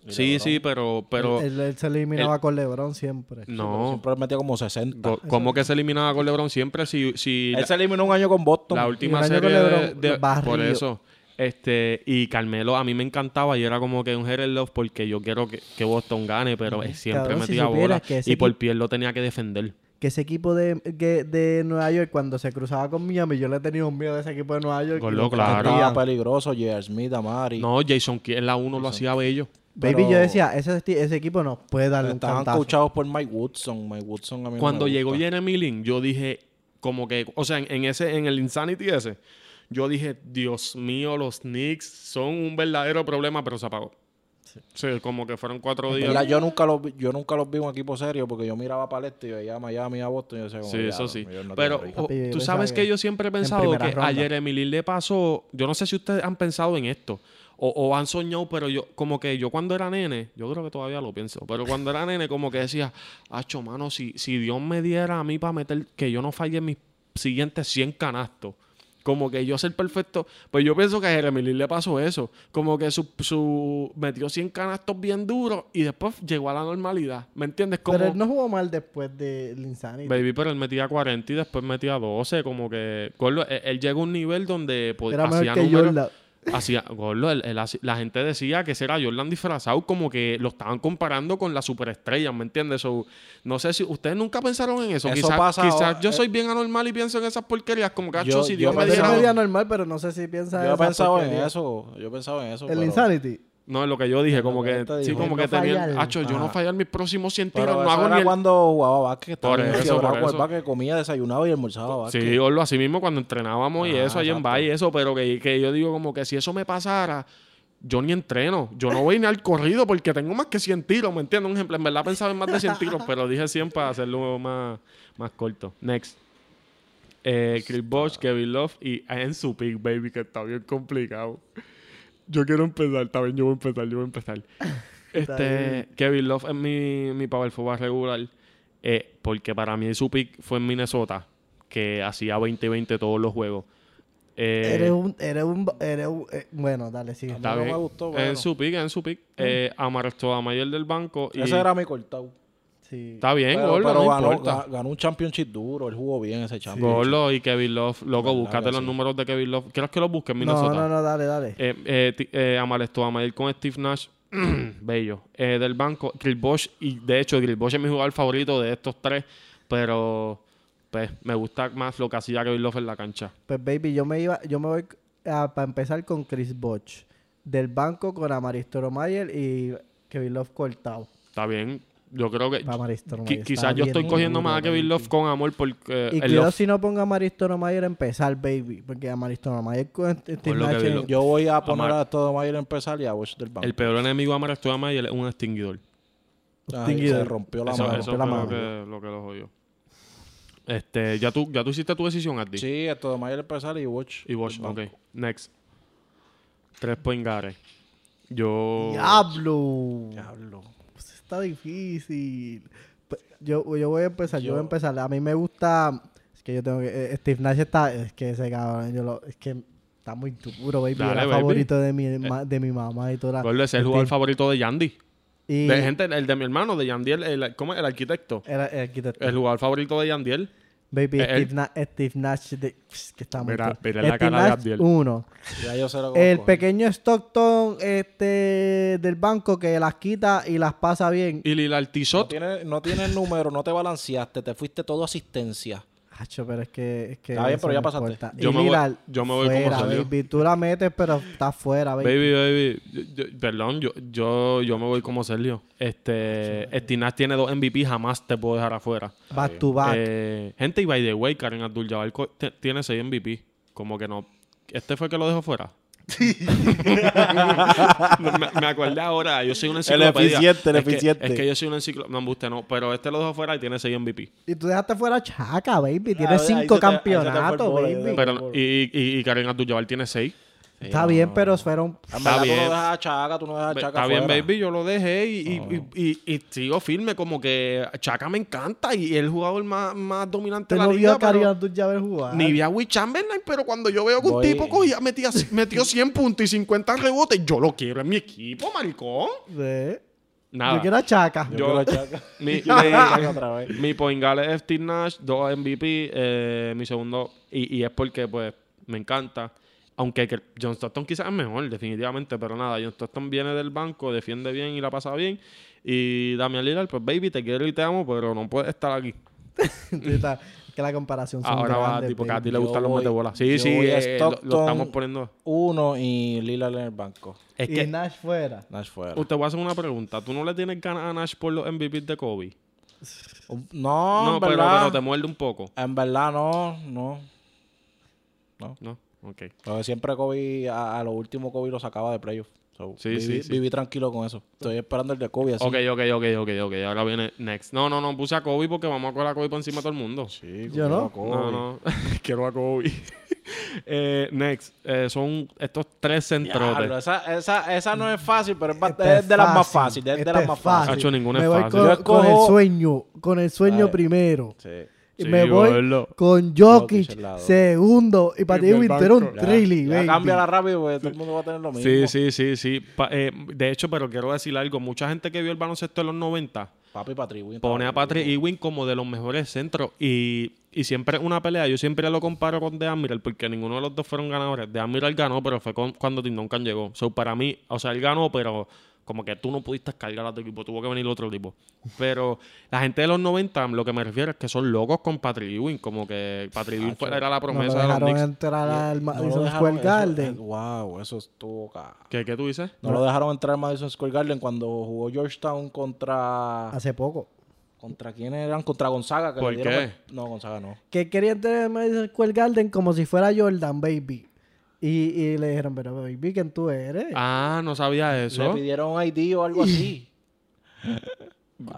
S1: Sí, sí, pero... pero
S3: él, él se eliminaba con LeBron siempre.
S1: no,
S2: Siempre metía como 60.
S1: co- ¿cómo que se eliminaba con LeBron siempre? Si, si
S2: Él se eliminó un año con Boston.
S1: La última
S3: un año
S1: serie
S3: con
S1: de,
S3: LeBron,
S1: de-
S3: lo barrió.
S1: por eso. Este, y Carmelo a mí me encantaba y era como que un Herald Love porque yo quiero que, que Boston gane, pero él siempre
S3: Cabrón, si
S1: metía bola
S3: supieras que ese
S1: y por
S3: equipo-
S1: piel lo tenía que defender.
S3: Que ese equipo de, que- de Nueva York, cuando se cruzaba con Miami, yo le tenía un miedo a ese equipo de Nueva York.
S1: Gordo,
S3: Y lo pues.
S1: claro.
S3: partían.
S2: Estaba peligroso. J.R. Smith, Amari.
S1: No, Jason Kidd en la 1 lo hacía bello.
S3: Baby,
S2: pero-
S3: yo decía, ese, esti- ese equipo no puede darle un
S2: Estaban
S3: cantazo.
S2: coachados por Mike Woodson. Mike Woodson a mí no
S1: Cuando
S2: me
S1: llegó
S2: gusta.
S1: Jeremy Lin, yo dije como que, o sea, en, en ese en el Insanity ese, yo dije, Dios mío, los Knicks son un verdadero problema, pero se apagó. Sí, como que fueron cuatro
S2: En
S1: días.
S2: verdad, yo nunca los vi- yo nunca los vi un equipo serio porque yo miraba para el este y veía a Miami a Boston y yo decía como,
S1: Sí,
S2: "Ya,
S1: eso
S2: no,
S1: sí.
S2: ellos no
S1: Pero
S2: tienen break".
S1: o-
S3: Papi, yo
S1: tú
S3: pensaba
S1: sabes que
S3: que
S1: yo siempre he pensado
S3: primera
S1: que
S3: ronda.
S1: a Jeremy Lin le pasó, yo no sé si ustedes han pensado en esto o, o han soñado, pero yo como que yo cuando era nene, yo creo que todavía lo pienso, pero cuando era nene como que decía, hacho mano, si, si Dios me diera a mí para meter, que yo no falle en mis siguientes 100 canastos. Como que yo ser perfecto. Pues yo pienso que a Jeremy Lin le pasó eso. Como que su, su- metió 100 canastos bien duros y después llegó a la normalidad. ¿Me entiendes? Como,
S3: Pero él no jugó mal después del Insanity.
S1: Baby, pero él metía 40 y después metía 12, como que... Gordo, e-, él, él llegó a un nivel donde po-
S3: Era mejor
S1: hacía
S3: que
S1: números-
S3: Jordan.
S1: hacía- gordo, él- él hacía- la gente decía que ese era Jordan disfrazado, como que lo estaban comparando con la superestrella, ¿me entiendes? So, no sé si ustedes nunca pensaron en eso.
S2: Eso
S1: quizás
S2: pasa
S1: quizás
S2: ahora,
S1: yo
S2: eh.
S1: soy bien anormal y pienso en esas porquerías, como que,
S2: Yo-
S1: "Acho, si
S2: yo
S1: Dios me
S3: Pero
S2: pensaba-
S3: es
S1: diera...
S3: media normal, pero no sé si piensa
S2: yo he
S3: esa
S2: pensado en
S3: porquería.
S2: eso. Yo he pensado en eso.
S3: El
S2: pero-
S3: Insanity.
S1: No, es lo que yo dije, como
S2: Lo que
S1: que...
S2: él te
S1: Sí,
S2: dijo.
S1: como
S3: No
S1: que tenía...
S3: fallar.
S1: Hacho, yo no
S2: Ajá.
S1: fallar mis próximos 100
S2: Pero
S1: tiros, no
S2: eso
S1: hago
S2: era
S1: ni el-
S2: cuando jugaba básquet. Estaba
S1: Por
S2: bien
S1: eso,
S2: fiebrado
S1: por
S2: con el
S1: eso.
S2: básquet, comía, desayunaba y almorzaba básquet.
S1: Sí, o lo así mismo cuando entrenábamos y
S2: Ah,
S1: eso ahí en
S2: exacto.
S1: Valle y eso, pero que, que yo digo como que si eso me pasara, yo ni entreno, yo no voy ni al corrido porque tengo más que 100 tiros, ¿me entiendes? Un ejemplo, en verdad pensaba en más de 100 tiros, pero dije 100 para hacerlo más, más corto. Next. Eh, Chris Bosh, Kevin Love y Enzo Pick, baby, que está bien complicado. Yo quiero empezar, está bien, yo voy a empezar, yo voy a empezar. Este, Kevin Love es mi, mi power forward regular. eh, porque para mí su pick fue en Minnesota, que hacía 20-20 todos los juegos. Eh,
S3: Eres un, eres un, eres un- eh, bueno, dale, sigue.
S1: está
S2: No me
S1: bien.
S2: gustó,
S1: en
S2: pero-
S1: su pick, en su pick. Eh, amarró a Mayer del banco. Y
S2: Ese era mi cortado.
S3: Sí.
S1: Está bien,
S2: Pero,
S1: Gordo,
S2: pero
S1: no
S2: ganó,
S1: importa.
S2: ga- ganó un championship duro. Él jugó bien ese championship.
S1: Gordo y Kevin Love. Loco,
S2: Verdad
S1: búscate
S2: que
S1: los
S2: sí.
S1: números de Kevin Love. ¿Quieres que los busque en Minnesota?
S3: No, no, no, dale, dale.
S1: Eh, eh, ti- eh, amalestó a Mayer con Steve Nash. Bello. Eh, del banco, Grill Bosch. Y de hecho, Grill Bosch es mi jugador favorito de estos tres. Pero pues, me gusta más lo que hacía Kevin Love en la cancha.
S3: Pues baby, yo me iba, yo me voy para empezar con Chris Boch. Del banco con Amaristoro Mayer y Kevin Love cortado.
S1: Está bien. Yo creo que.
S3: Pa' Amaristoro
S1: Eh, qui-
S3: Mayer.
S1: quizás yo estoy cogiendo más a Kevin Love con amor porque. eh,
S3: Y
S1: el
S3: cuidado
S1: Love-
S3: si no ponga a Amaristoro Mayer a empezar, baby. Porque Amaristoro Mayer con este
S1: Por
S3: Steve
S1: lo que
S3: Nash
S1: vi,
S3: en-
S1: lo-
S2: Yo voy a poner
S1: Amar-
S2: a todo Mayer a empezar y a Bosch del banco.
S1: el peor enemigo de Amalestó a Mayer es un extinguidor.
S2: Ay,
S3: Tinguido.
S2: Ah, se rompió la
S1: eso
S2: mano.
S1: eso
S3: rompió la
S1: fue lo
S3: mano.
S1: que, lo que lo jodió. Este, ya tú, ya tú hiciste tu decisión, Ardi.
S2: Sí, a todo Mayer a empezar y Bosch.
S1: Y Bosch,
S2: del banco.
S1: ok. Next. Tres poingares. Yo.
S3: ¡Diablo!
S2: Diablo.
S3: Pues está difícil. Pe- Yo, yo voy a empezar, yo, voy
S2: Yo-
S3: a empezar. A mí me gusta. Es que yo tengo que. eh, Steve Nash está. Es que ese cabrón, yo lo. Es que está muy duro, baby.
S1: Dale,
S3: Era
S1: baby. Eh.
S3: favorito de mi, ma- de mi mamá y toda la.
S1: Gordo, ese es el
S3: Steve-
S1: jugador favorito de Yandy.
S3: Y
S1: De gente, el de mi hermano, de Yandiel, el, ¿cómo es? El arquitecto.
S3: Era el arquitecto.
S1: El jugador favorito de Yandiel.
S3: baby,
S1: el-
S3: Steve, Na- Steve Nash. de- es que está muy
S1: Mira-
S3: duro.
S1: mira la
S3: Steve
S1: cara de
S3: Nash,
S1: Abdiel. Oh,
S3: Uno.
S2: Ya yo se lo
S3: El
S2: conozco.
S3: pequeño Stockton este, del banco que las quita y las pasa bien.
S1: Y Lilal
S2: No
S1: Tizot.
S2: tiene, no tiene número, no te balanceaste, te fuiste todo asistencia.
S3: Hacho, pero es que. Es que
S2: Está bien,
S3: eso
S2: pero ya
S3: no
S2: pasaste.
S3: importa.
S1: Yo
S3: Y
S1: me voy-
S3: Lillard,
S1: yo me voy como
S3: fuera,
S1: salió.
S3: baby. Tú la metes, pero está fuera, baby.
S1: Baby, baby. yo- yo- perdón, yo, yo, yo me voy como Sergio. Este, Estinas tiene dos MVP, jamás te puedo dejar afuera.
S3: Back to back.
S1: Eh, gente, y by the way, Karen Abdul-Jabbar co- te- tiene seis MVP. Como que no. ¿Este fue el que lo dejó fuera? me, me acordé ahora, yo soy una
S2: El
S1: enciclopedia.
S2: eficiente, el
S1: Es que-
S2: eficiente.
S1: es que yo soy una enciclopedia. No, embuste, no. Pero este lo dejó fuera y tiene 6 MVP.
S3: Y tú dejaste fuera a Chaca, baby.
S2: Ah, ahí
S3: Tienes
S2: se te- ahí se
S3: cinco
S2: te fue el bola,
S3: campeonatos,
S2: ahí se te
S3: baby.
S2: fue el
S1: Pero, y, y, y Karen Abdul-Jabbar tiene 6.
S3: Está bien, pero fueron...
S2: En verdad,
S1: bien.
S2: Tú no dejas a Chaca, tú no dejas a Chaca
S1: Está bien,
S2: fuera.
S1: baby, yo lo dejé y, y- y- y- y sigo firme. Como que Chaca me encanta y es el jugador más, más dominante
S3: Te
S1: de la
S3: no vio
S1: liga.
S3: a Karim
S1: pero
S3: Abdul-Jabbar jugar.
S1: Ni vi a Will Chamberlain, pero cuando yo veo que un
S2: Voy-
S1: tipo cogía, metía, metió 100 puntos y 50 rebotes, yo lo quiero en mi equipo, maricón.
S3: Sí.
S1: Nada.
S3: Yo quiero a Chaca.
S2: Yo
S1: Yo-
S2: quiero a Chaca.
S1: Mi,
S2: Yo quiero a Chaca otra vez.
S1: mi, mi point guard es Steve Nash, dos MVP, eh, mi segundo, y, y es porque pues me encanta. Aunque que- John Stockton quizás es mejor, definitivamente, pero nada, John Stockton viene del banco, defiende bien y la pasa bien. Y Damian Lillard, pues baby, te quiero y te amo, pero no puedes estar aquí.
S3: Tú estás- que la comparación son
S1: Ahora va,
S3: grandes,
S1: tipo, que a
S3: baby.
S1: ti le
S2: Yo
S1: gustan los
S2: voy-
S1: matebolas.
S2: yo
S1: Sí, sí,
S2: voy a
S1: eh, lo- lo,
S2: Stockton.
S1: estamos poniendo.
S2: Uno y Lila en el banco.
S1: Es
S3: Y
S1: que
S3: Nash fuera.
S2: Nash fuera.
S1: usted voy a hacer una pregunta. ¿Tú no le tienes ganas a Nash por los MVP de Kobe?
S2: No,
S1: No,
S2: en
S1: pero,
S2: verdad.
S1: pero te muerde un poco.
S2: En verdad, no, no.
S1: No, ok.
S2: Pero siempre Kobe, a, a lo último Kobe lo sacaba de playoff. So,
S1: Sí,
S2: viví,
S1: sí, sí.
S2: viví tranquilo con eso. Estoy esperando el de Kobe así.
S1: Ok, ok, ok, ok, ok. Ahora viene next. No, no, no. Puse a Kobe porque vamos a coger a Kobe por encima de todo el mundo.
S2: Sí,
S3: Yo no.
S2: Kobe.
S1: No, no. Quiero a Kobe. Eh, next. Eh, son estos tres
S2: Diablo,
S1: centrotes.
S2: esa, esa, esa no es fácil, pero es, bast-
S3: Este
S2: es de las más
S3: fácil,
S2: fáciles. Es de
S3: este
S2: las más fáciles.
S1: Hacho, ninguna
S3: me
S1: es
S3: voy
S1: fácil.
S3: Con,
S2: Yo escojo-
S3: con el sueño, con el sueño
S2: Dale.
S3: primero.
S2: Sí.
S3: Y
S1: Sí,
S3: me voy
S1: gordo.
S3: con
S2: Jokic
S3: Jokic,
S2: al lado.
S3: segundo. Y para
S1: Y
S3: ti,
S1: en el
S3: Winter, un
S1: banco.
S2: Ya,
S3: trilly,
S2: ya
S3: baby.
S2: cámbiala rápido porque todo el mundo va a tener lo mismo.
S1: Sí, sí, sí, sí. Pa- eh, de hecho, pero quiero decir algo. Mucha gente que vio el baloncesto en los 90
S2: Papi Patrick Ewing.
S1: pone a Patrick Ewing como de los mejores centros. Y, y siempre es una pelea. Yo siempre lo comparo con The Admiral porque ninguno de los dos fueron ganadores. The Admiral ganó, pero fue con- cuando Tim Duncan llegó. So, para mí, o sea, él ganó, pero como que tú no pudiste cargar a tu equipo. Tuvo que venir otro tipo. Pero la gente de los 90, lo que me refiero es que son locos con Patrick Ewing. Como que Patrick Ewing fue- era la
S3: No lo
S1: promesa de los
S3: dejaron
S1: Knicks.
S3: entrar
S2: No
S3: al
S2: lo
S3: Madison
S2: dejaron-
S3: Square
S2: eso-
S3: Garden.
S2: eh, wow, eso estuvo ca-
S1: ¿Qué, qué tú dices?
S2: No lo dejaron entrar al Madison Square Garden cuando jugó Georgetown contra.
S3: Hace poco.
S2: ¿Contra quién eran? Contra Gonzaga. Que
S1: ¿Por
S2: le dieron-
S1: qué?
S2: No, Gonzaga no.
S3: Que querían tener el Madison Square Garden como si fuera Jordan, baby. Y, y le dijeron, pero baby, ¿quién tú eres?
S1: Ah, no sabía
S2: Le
S1: eso.
S2: pidieron ID o algo así.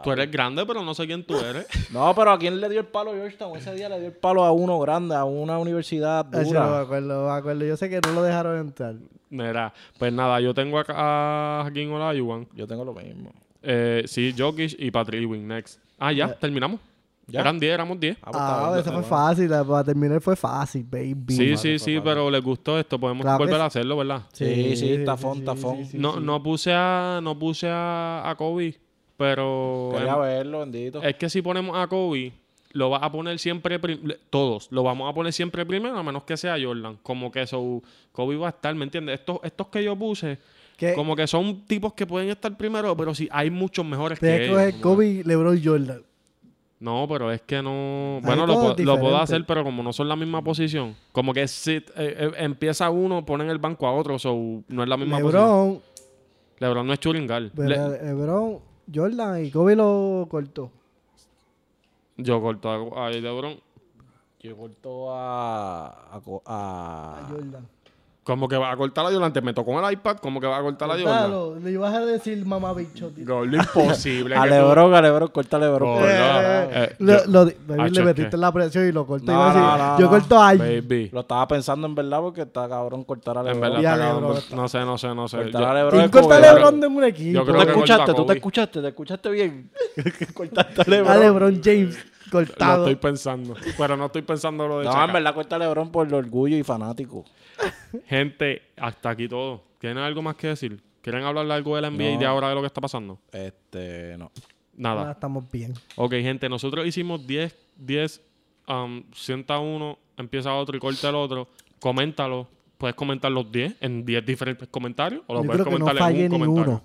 S1: Tú eres grande, pero no sé quién tú eres.
S2: no, pero ¿a quién le dio el palo Georgetown? Ese día le dio el palo a uno grande, a una universidad
S3: Ay, sí, no me
S2: dura.
S3: acuerdo, no me acuerdo. Yo sé que no lo dejaron entrar.
S1: Mira, pues nada, yo tengo acá a Joaquín Olajuwon.
S2: Yo tengo lo mismo.
S1: Eh, sí, Jokic y Patrick Ewing next. Ah, ya, terminamos.
S2: Ya.
S1: Eran 10, éramos 10.
S2: Ah, pues, está
S3: Ah,
S2: bien,
S3: eso fue
S2: bueno.
S3: fácil. la- Para terminar fue fácil, baby.
S1: Sí,
S2: vale,
S1: sí,
S2: pues,
S1: sí,
S2: vale.
S1: pero les gustó esto. Podemos
S3: Claro que
S1: volver
S3: sí.
S1: a hacerlo, ¿verdad?
S2: Sí, sí, tafón, tafón.
S1: no, no puse a, no puse a, a Kobe, pero
S2: Quería
S1: em,
S2: verlo, bendito.
S1: es que si ponemos a Kobe, lo vas a poner siempre, prim- le- todos, lo vamos a poner siempre primero, a menos que sea Jordan. Como que eso, Kobe va a estar, ¿me entiendes? Estos, estos que yo puse,
S3: Que-
S1: como que son tipos que pueden estar primero, pero sí, hay muchos mejores que
S3: Tienes que
S1: ellos.
S3: coger
S1: como que-
S3: Kobe, LeBron, Jordan.
S1: No, pero es que no.
S3: Hay
S1: Bueno, lo,
S3: todos
S1: po- lo puedo
S3: diferentes.
S1: hacer, pero como no son la misma posición, como que si eh, eh, empieza uno, ponen el banco a otro, so no es la misma posición.
S3: LeBron,
S1: LeBron no es churingal.
S3: pero LeBron, Jordan y Kobe lo cortó.
S1: Yo corto a, a LeBron.
S2: Yo corto a. a, co- a-
S3: Jordan.
S1: Como que va a cortar a Yolante, me tocó en el iPad, como que va a
S3: Ah,
S1: cortar a Yolante.
S3: Claro, le ibas a decir mamá bicho. tío.
S1: Gol imposible.
S2: a
S1: que tú-
S2: Lebron, a Lebron, corta a Lebron.
S1: Gordo. Eh,
S3: Lo-
S1: yo-
S3: lo di- baby,
S1: Hacho,
S3: le
S1: es
S3: metiste
S1: que-
S3: la presión y lo cortó.
S2: No,
S3: Iba a decir,
S2: no, no,
S3: yo
S2: no.
S3: corto a
S1: Baby.
S2: Lo estaba pensando en verdad porque está cabrón cortar a
S1: En
S2: Lebron.
S1: verdad,
S3: Y a
S1: está cabrón.
S3: LeBron.
S1: Por- No sé, no sé, no sé.
S2: Cortar
S1: Yo-
S2: a Lebron.
S3: ¿Quién
S2: es como
S3: corta a
S2: que-
S3: LeBron de un equipo?
S1: Yo creo
S2: Tú te
S1: que corta
S2: escuchaste, tú
S1: Kobe.
S2: te escuchaste, te escuchaste bien. Cortaste a
S3: A
S2: Lebron.
S3: LeBron James
S1: Lo
S3: cortado.
S1: estoy pensando. Pero no estoy pensando lo de
S2: No,
S1: Chaka.
S2: en verdad corta a Lebron por el orgullo y fanático.
S1: Gente, hasta aquí todo. ¿Tienen algo más que decir? ¿Quieren hablar algo de la NBA y
S2: No.
S1: de ahora de lo que está pasando?
S2: Este, no.
S1: Nada.
S3: Ah, estamos bien.
S1: Ok, gente, nosotros hicimos 10, 10, um, sienta uno, empieza otro y corta el otro. Coméntalo. Puedes comentar los 10 en 10 diferentes comentarios o los
S3: Yo
S1: puedes
S3: creo que no
S1: comentar en
S3: fallé
S1: un
S3: ni
S1: comentario.
S3: uno.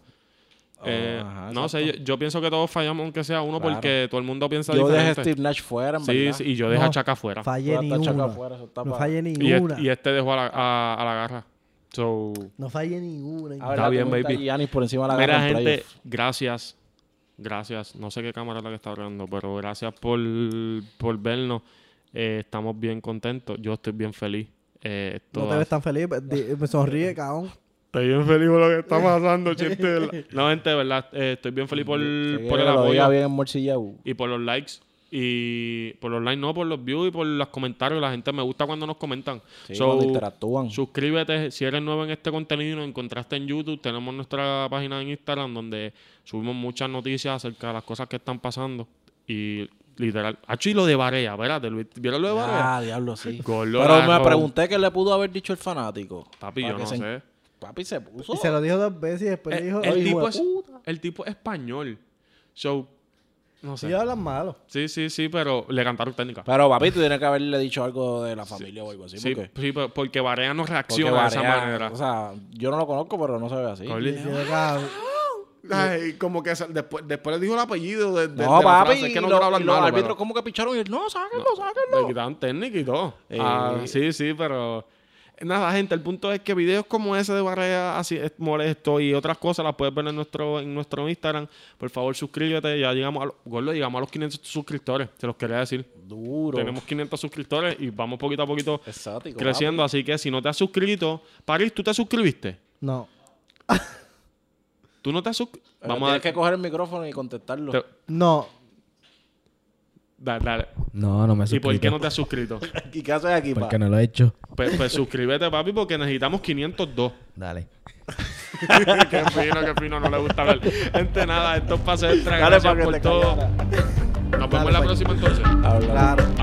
S1: Eh,
S2: Oh, Ajá,
S1: no sé, yo, yo pienso que todos fallamos aunque sea uno
S2: Claro.
S1: porque todo el mundo piensa
S2: Yo dejé a
S1: diferente.
S2: Steve Nash fuera, en
S1: sí,
S2: verdad.
S1: sí, y yo dejé a
S3: No,
S1: Chaka afuera.
S3: Fallé
S2: Pero
S3: ni
S2: está Chaka
S3: una.
S2: afuera, eso está
S3: No
S2: pa-
S3: fallé ni
S1: Y, es-
S3: una.
S1: y este dejó a la, a, a la garra. So,
S3: No fallé ni una.
S2: A ver,
S1: Está bien,
S2: tú metes a
S1: baby.
S2: Giannis por encima de la
S1: mira,
S2: garra en
S1: gente,
S2: playoff.
S1: gracias. Gracias. No sé qué cámara es la que está hablando, pero gracias por, por vernos. Eh, estamos bien contentos. Yo estoy bien feliz. eh, esto
S3: No te
S1: hace-
S3: ves tan feliz. pues, di- Me
S1: Eh,
S3: sonríe, cabrón.
S1: Estoy bien feliz por lo que está pasando, chiste. No, gente, de verdad, eh, estoy bien feliz por,
S2: Que
S1: por el
S2: lo diga
S1: apoyo
S2: bien morcillado.
S1: y por los likes. Y por los likes, no, por los views y por los comentarios. La gente me gusta cuando nos comentan.
S2: Sí,
S1: So,
S2: cuando interactúan.
S1: suscríbete si eres nuevo en este contenido y nos encontraste en YouTube. Tenemos nuestra página en Instagram donde subimos muchas noticias acerca de las cosas que están pasando. Y literal, ah, y lo de Barea, espérate, Luis, ¿vieron lo de Barea?
S2: Ah, diablo, sí.
S1: Gollo
S2: Pero me
S1: largo.
S2: pregunté qué le pudo haber dicho el fanático.
S1: Papi,
S2: Para
S1: yo
S2: que
S1: no
S2: se- pues
S1: sé. Eh,
S2: Papi se puso.
S3: Y se lo dijo dos veces y después
S1: El,
S3: le dijo.
S1: el
S3: "Ay, hijo
S1: tipo
S3: de
S1: es,
S3: puta".
S1: el tipo es español. So, no
S3: Sí,
S1: sé.
S3: hablan malo.
S1: Sí, sí, sí, pero le cantaron técnica.
S2: Pero papi, tú tienes que haberle dicho algo de la familia o algo así.
S1: Sí,
S2: porque,
S1: sí, pero- porque Barea no
S2: porque
S1: reacciona de esa
S2: varía,
S1: manera.
S2: O sea, yo no lo conozco, pero no se ve así.
S1: Gollo.
S3: Y yo, "Cabrón".
S1: Ay, como que se- después, después le dijo el apellido de, de-
S2: No,
S1: de la
S2: papi,
S1: frase. Es que no
S2: y lo-
S1: quiero hablar
S2: y los
S1: malo,
S2: árbitros
S1: pero-
S2: como que picharon y él, no, sáquenlo,
S1: Le
S2: sáquenlo.
S1: quitaron técnica y todo.
S2: Eh.
S1: Ah, sí, sí, pero... Nada, gente, el punto es que videos como ese de Barrea así es molesto y otras cosas las puedes ver en nuestro, en nuestro Instagram. Por favor, suscríbete. Ya llegamos a los, Gordo, llegamos a los 500 suscriptores. Se los quería decir.
S2: Duro.
S1: Tenemos 500 suscriptores y vamos poquito a poquito
S2: Exótico,
S1: creciendo. Así que si no te has suscrito... París, ¿tú te suscribiste?
S3: No.
S1: ¿Tú no te has suscrito?
S2: papi. Pero
S1: Vamos a...
S2: tienes que coger el micrófono y contestarlo.
S1: Te-
S3: No.
S1: Dale, dale.
S4: No, no me he
S1: ¿Y por
S4: suscrito.
S1: qué no te has suscrito?
S2: ¿Y qué haces aquí,
S4: Porque
S2: papi?
S4: no lo he hecho.
S1: Pues, pues suscríbete, papi, porque necesitamos 502.
S4: Dale.
S1: qué fino, qué fino, no le gusta hablar. Gente, nada, esto es pase extra.
S2: Dale
S1: Gracias
S2: para que
S1: por
S2: te
S1: todo.
S2: callara.
S1: Nos vemos en
S2: Dale
S1: la
S2: pa' que-
S1: próxima entonces.
S2: Habla.
S3: Claro.
S1: Habla.